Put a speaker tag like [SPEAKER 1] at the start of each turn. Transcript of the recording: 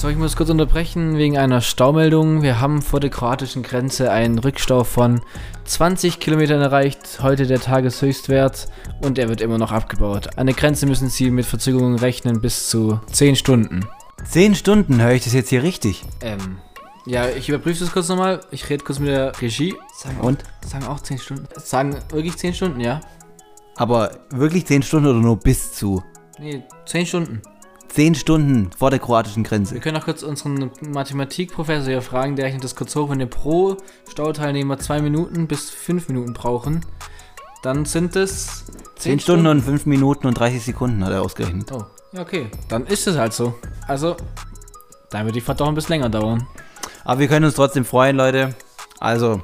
[SPEAKER 1] So, ich muss kurz unterbrechen wegen einer Staumeldung. Wir haben vor der kroatischen Grenze einen Rückstau von 20 Kilometern erreicht, heute der Tageshöchstwert und er wird immer noch abgebaut. An der Grenze müssen Sie mit Verzögerungen rechnen bis zu 10 Stunden.
[SPEAKER 2] Zehn Stunden, höre ich das jetzt hier richtig?
[SPEAKER 1] Ähm, ja, ich überprüfe das kurz nochmal. Ich rede kurz mit der Regie. Sagen,
[SPEAKER 2] Und?
[SPEAKER 1] sagen auch 10 Stunden. Sagen wirklich 10 Stunden, ja?
[SPEAKER 2] Aber wirklich zehn Stunden oder nur bis zu?
[SPEAKER 1] Nee, 10 Stunden.
[SPEAKER 2] Zehn Stunden vor der kroatischen Grenze.
[SPEAKER 1] Wir können auch kurz unseren Mathematikprofessor hier fragen, der rechnet das kurz hoch, wenn wir pro Stauteilnehmer zwei Minuten bis fünf Minuten brauchen, dann sind es
[SPEAKER 2] Zehn Stunden und fünf Minuten und 30 Sekunden hat er ausgerechnet.
[SPEAKER 1] Oh, ja, okay. Dann ist es halt so. Also, dann wird die Fahrt doch ein bisschen länger dauern.
[SPEAKER 2] Aber wir können uns trotzdem freuen, Leute. Also,